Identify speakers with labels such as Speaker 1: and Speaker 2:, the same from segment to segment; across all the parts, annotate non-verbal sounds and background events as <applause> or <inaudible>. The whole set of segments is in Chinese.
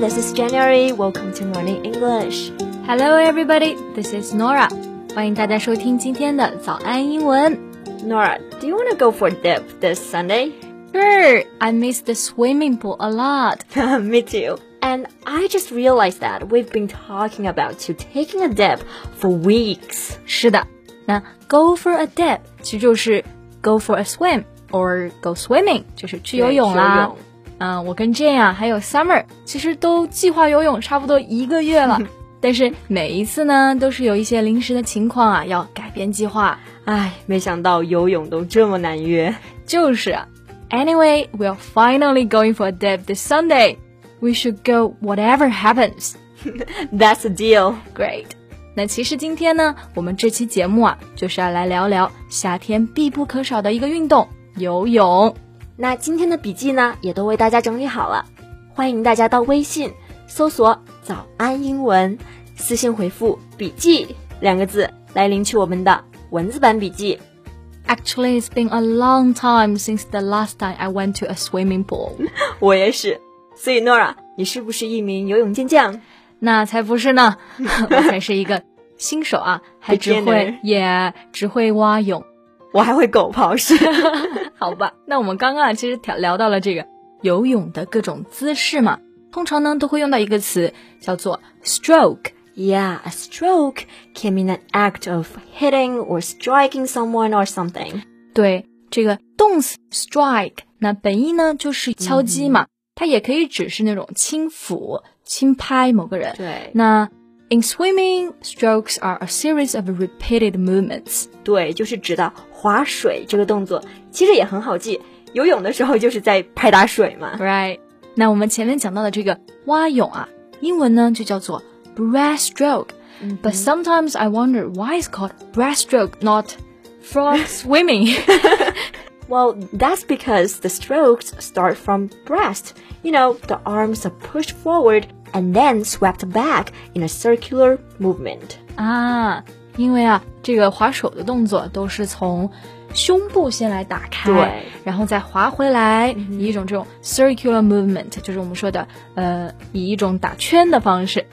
Speaker 1: this is January. Welcome to Morning English.
Speaker 2: Hello, everybody. This is Nora. 欢迎大家收听今天的早安英文。
Speaker 1: Nora, do you want to go for a dip this Sunday?
Speaker 2: Sure, I miss the swimming pool a lot.
Speaker 1: <laughs> Me too. And I just realized that we've been talking about you taking a dip for weeks.
Speaker 2: 是的，那 go for a dip 其实就是 go for a swim or go swimming，就是去游泳啦
Speaker 1: 对去游泳。
Speaker 2: 嗯、我跟 Jane 啊，还有 Summer，其实都计划游泳差不多一个月
Speaker 1: <laughs>
Speaker 2: 了，但是每一次呢，都是有一些临时的情况啊，要改变计划。
Speaker 1: 唉，没想到游泳都这么难约。
Speaker 2: 就是啊，Anyway, we're finally going for a dip this Sunday. We should go whatever happens.
Speaker 1: That's a deal.
Speaker 2: Great。那其实今天呢，我们这期节目啊，就是要来聊聊夏天必不可少的一个运动——游泳。
Speaker 1: 那今天的笔记呢，也都为大家整理好了，欢迎大家到微信搜索“早安英文”，私信回复“笔记”两个字来领取我们的文字版笔记。
Speaker 2: Actually, it's been a long time since the last time I went to a swimming pool。
Speaker 1: 我也是，所以 Nora，你是不是一名游泳健将？
Speaker 2: 那才不是呢，我才是一个新手啊，还只会
Speaker 1: Beginner
Speaker 2: 也只会蛙泳。 <laughs>
Speaker 1: 我还会狗刨 <laughs> 式。
Speaker 2: 好吧，那我们刚刚啊，其实聊聊到了这个游泳的各种姿势嘛，通常呢都会用到一个词叫做 stroke。
Speaker 1: Yeah, a stroke can mean an act of hitting or striking someone or something.
Speaker 2: 对，这个动词 strike，那本意呢就是敲击嘛，它也可以指是那种轻抚、轻拍某个人。
Speaker 1: 对
Speaker 2: 那 in swimming, strokes are a series of repeated movements。
Speaker 1: 对，就是指的划水这个动作，其实也很好记。游泳的时候就是在拍打水嘛。
Speaker 2: Right？那我们前面讲到的这个蛙泳啊，英文呢就叫做 breaststroke、But sometimes I wonder why it's called breaststroke, not frog swimming 。 <laughs>
Speaker 1: Well, that's because the strokes start from breast. You know, the arms are pushed forward and then swept back in a circular movement.
Speaker 2: 啊，因为啊，这个划手的动作都是从胸部先来打开，
Speaker 1: 对嗯
Speaker 2: 然后再划回来，以一种这种 circular movement，就是我们说的呃，以一种打圈的方式，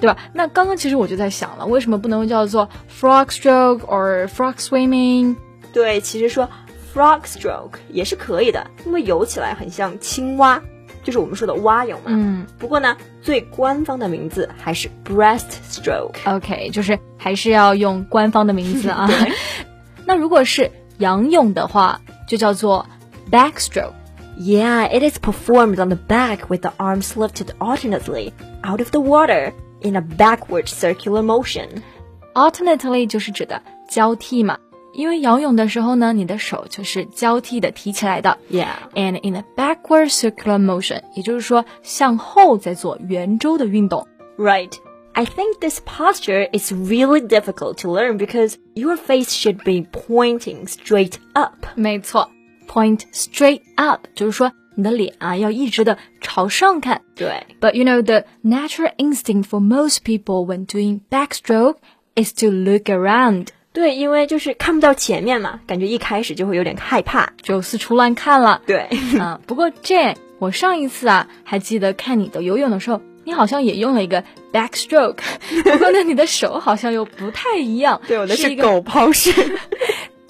Speaker 2: 对吧？那刚刚其实我就在想了，为什么不能叫做 frog stroke or frog swimming？
Speaker 1: 对，其实说 frog stroke 也是可以的，因为游起来很像青蛙，就是我们说的蛙泳嘛。
Speaker 2: 嗯
Speaker 1: 不过呢，最官方的名字还是 breaststroke。
Speaker 2: ，OK，就是还是要用官方的名字
Speaker 1: <laughs>
Speaker 2: 啊。<laughs>
Speaker 1: 对
Speaker 2: 那如果是仰泳的话，就叫做 backstroke。
Speaker 1: Yeah, it is performed on the back with the arms lifted alternately out of the water in a backward circular motion.
Speaker 2: alternately 就是指的交替嘛，因为仰泳的时候呢，你的手就是交替的提起来的。
Speaker 1: Yeah.
Speaker 2: And in a backward circular motion，也就是说向后在做圆周的运动。
Speaker 1: Right. I think this posture is really difficult to learn because your face should be pointing straight up.
Speaker 2: 没错，point straight up，就是说你的脸啊要一直的朝上看。
Speaker 1: 对
Speaker 2: But you know the natural instinct for most people when doing backstroke is to look around，
Speaker 1: 对，因为就是看不到前面嘛，感觉一开始就会有点害怕。 <laughs>
Speaker 2: 就四处乱看了。
Speaker 1: 对，
Speaker 2: <laughs> 啊，不过 Jane，我上一次啊，还记得看你的游泳的时候，你好像也用了一个 backstroke，不 <laughs> 过呢，你的手好像又不太一样。一个，
Speaker 1: 刨式。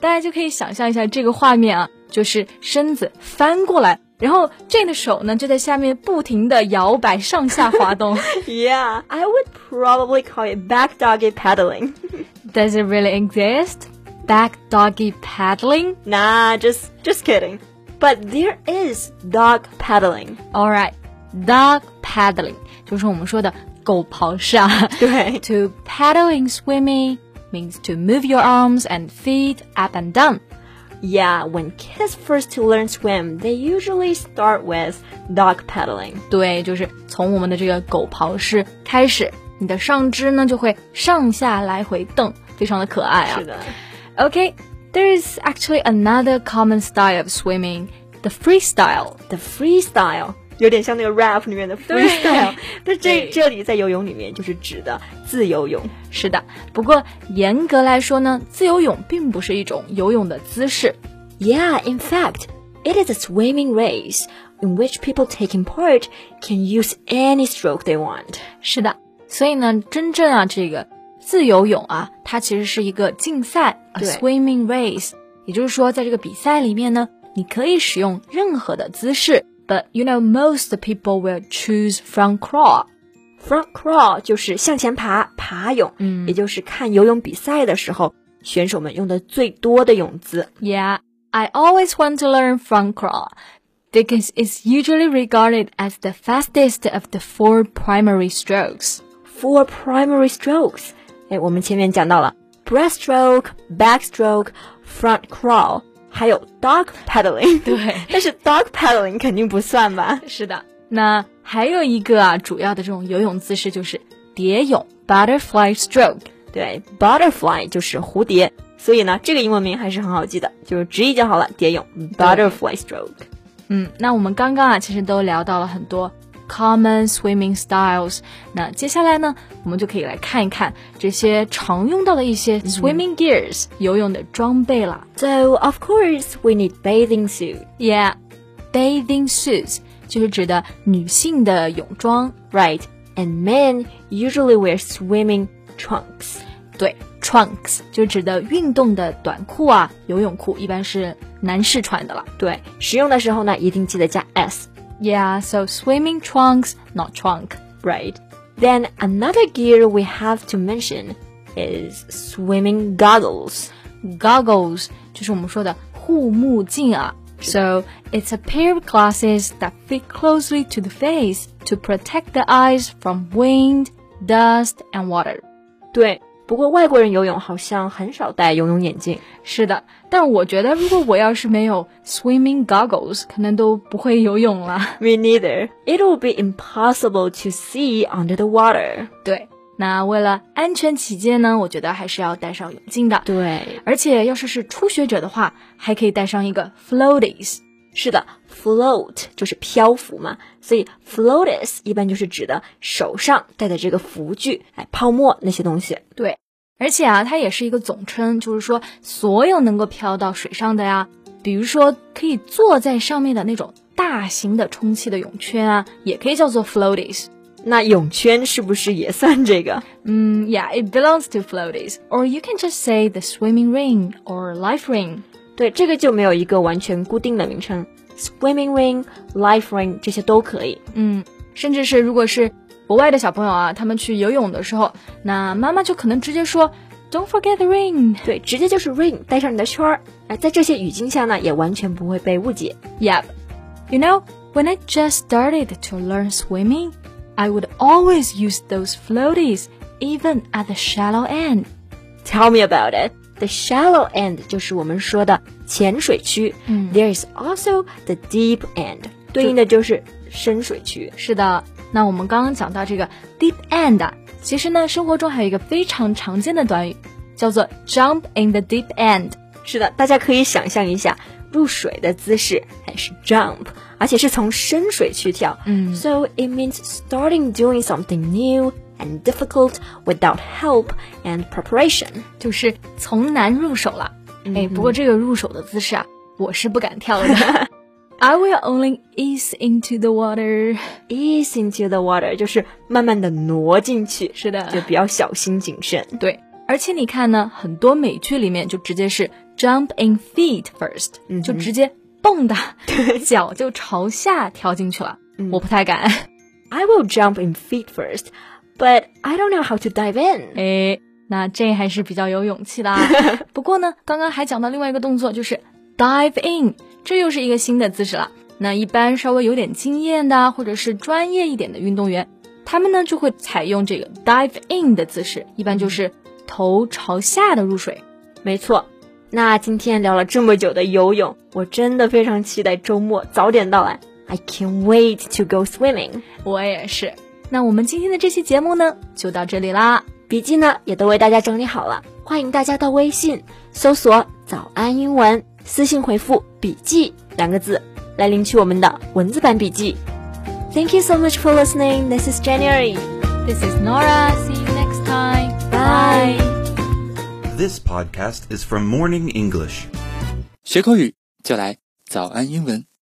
Speaker 2: 大家就可以想象一下这个画面啊，就是身子翻过来，然后 Jane 的手呢就在下面不停的摇摆上下滑动。
Speaker 1: <laughs> yeah, I would probably call it back doggy paddling. <laughs>
Speaker 2: Does it really exist? Back doggy paddling?
Speaker 1: Nah, just just kidding. But there is dog paddling. <laughs>
Speaker 2: All right, dog paddling 就是我们说的狗刨式啊。
Speaker 1: 对
Speaker 2: To paddle in swimming means to move your arms and feet up and down。
Speaker 1: Yeah, when kids first to learn swim, they usually start with dog paddling.
Speaker 2: 对，就是从我们的这个狗刨式开始，你的上肢呢就会上下来回蹬，非常的可爱啊。
Speaker 1: 的。
Speaker 2: OK, there is actually another common style of swimming, the freestyle。
Speaker 1: The freestyle 有点像那个 rap 里面的 freestyle，但这
Speaker 2: 对
Speaker 1: 这里在游泳里面就是指的自由泳。
Speaker 2: 是的，不过严格来说呢，自由泳并不是一种游泳的姿势。
Speaker 1: Yeah, in fact, It is a swimming race in which people taking part can use any stroke they want.
Speaker 2: 是的，所以呢，真正啊，这个自由泳啊，它其实是一个竞赛，a
Speaker 1: 对
Speaker 2: swimming race。也就是说，在这个比赛里面呢，你可以使用任何的姿势，but you know most people will choose front crawl。
Speaker 1: Front crawl 就是向前爬、爬泳，
Speaker 2: 嗯
Speaker 1: 也就是看游泳比赛的时候，选手们用的最多的泳姿。
Speaker 2: Yeah, I always want to learn front crawl because it's usually regarded as the fastest of the four primary strokes.
Speaker 1: Four primary strokes，哎，我们前面讲到了 breaststroke、backstroke、front crawl，还有 dog paddling。
Speaker 2: 对
Speaker 1: <laughs> 但是 dog paddling 肯定不算吧？
Speaker 2: <laughs> 是的，那还有一个啊，主要的这种游泳姿势就是蝶泳 （butterfly stroke）。
Speaker 1: 对，butterfly 就是蝴蝶，所以呢，这个英文名还是很好记的，就是直译就好了，蝶泳 butterfly stroke。
Speaker 2: 嗯，那我们刚刚啊，其实都聊到了很多 common swimming styles。那接下来呢，我们就可以来看一看这些常用到的一些 swimming gears、游泳的装备啦。
Speaker 1: So of course we need bathing suit.
Speaker 2: Yeah, bathing suits 就是指的女性的泳装。
Speaker 1: Right. And men usually wear swimming trunks.
Speaker 2: 对，trunks 就指的运动的短裤啊，游泳裤一般是男士穿的了。
Speaker 1: 对，使用的时候呢，一定记得加 s。
Speaker 2: Yeah, so swimming trunks, not trunk.
Speaker 1: Right. Then another gear we have to mention is swimming goggles.
Speaker 2: Goggles 就是我们说的护目镜啊。So it's a pair of glasses that fit closely to the face to protect the eyes from wind, dust, and water.
Speaker 1: 对，不过外国人游泳好像很少戴游泳眼镜。
Speaker 2: 是的，但我觉得如果我要是没有 swimming goggles，可能都不会游泳了。 <laughs>
Speaker 1: Me neither. It will be impossible to see under the water.
Speaker 2: 对，那为了安全起见呢，我觉得还是要戴上泳镜的。
Speaker 1: 对，
Speaker 2: 而且要是是初学者的话，还可以带上一个 floaties。
Speaker 1: 是的，float 就是漂浮嘛，所以 floaties 一般就是指的手上戴的这个浮具，哎，泡沫那些东西。
Speaker 2: 对，而且啊，它也是一个总称，就是说所有能够漂到水上的呀，比如说可以坐在上面的那种大型的充气的泳圈啊，也可以叫做 floaties。
Speaker 1: 那泳圈是不是也算这个？
Speaker 2: 嗯，Yeah，it belongs to floaties, or you can just say the swimming ring or life ring。
Speaker 1: 对，这个就没有一个完全固定的名称，swimming ring、life ring 这些都可以。
Speaker 2: 嗯，甚至是如果是国外的小朋友啊，他们去游泳的时候，那妈妈就可能直接说 "Don't forget the ring"。
Speaker 1: 对，直接就是 ring，带上你的圈儿。哎，在这些语境下呢，也完全不会被误解。
Speaker 2: Yep. You know, when I just started to learn swimming, I would always use those floaties, even at the shallow end.
Speaker 1: Tell me about it. The shallow end 就是我们说的浅水区。
Speaker 2: 嗯
Speaker 1: There is also the deep end，对应的就是深水区。
Speaker 2: 是的，那我们刚刚讲到这个 deep end，啊其实呢，生活中还有一个非常常见的短语，叫做 jump in the deep end。
Speaker 1: 是的，大家可以想象一下入水的姿势，还是 jump，而且是从深水区跳。
Speaker 2: 嗯
Speaker 1: So it means starting doing something new and difficult without help and preparation.
Speaker 2: 就是从难入手了。哎，不过这个入手的姿势啊，我是不敢跳的。I will only ease into the water。
Speaker 1: Ease into the water 就是慢慢的挪进去，
Speaker 2: 是的
Speaker 1: 就比较小心谨慎。
Speaker 2: 对，而且你看呢，很多美剧里面就直接是 jump in feet first，、
Speaker 1: 嗯哼
Speaker 2: 就直接
Speaker 1: <laughs>
Speaker 2: 蹦的脚就朝下跳进去了。
Speaker 1: 嗯
Speaker 2: 我不太敢。
Speaker 1: I will jump in feet first, but I don't know how to dive in.
Speaker 2: 哎，那这还是比较有勇气的、
Speaker 1: <laughs>
Speaker 2: 啊。不过呢，刚刚还讲到另外一个动作，就是 dive in，这又是一个新的姿势了。那一般稍微有点经验的啊，或者是专业一点的运动员，他们呢就会采用这个 dive in 的姿势，一般就是头朝下的入水。
Speaker 1: 没错，那今天聊了这么久的游泳，我真的非常期待周末早点到来。I can't wait to go swimming。
Speaker 2: 我也是。那我们今天的这期节目呢，就到这里啦。
Speaker 1: 笔记呢也都为大家整理好了，欢迎大家到微信搜索“早安英文”，私信回复“笔记”两个字来领取我们的文字版笔记。Thank you so much for listening. This is January.
Speaker 2: This is Nora. See you next time.
Speaker 1: Bye.
Speaker 3: This podcast is from Morning English.
Speaker 4: 学口语就来早安英文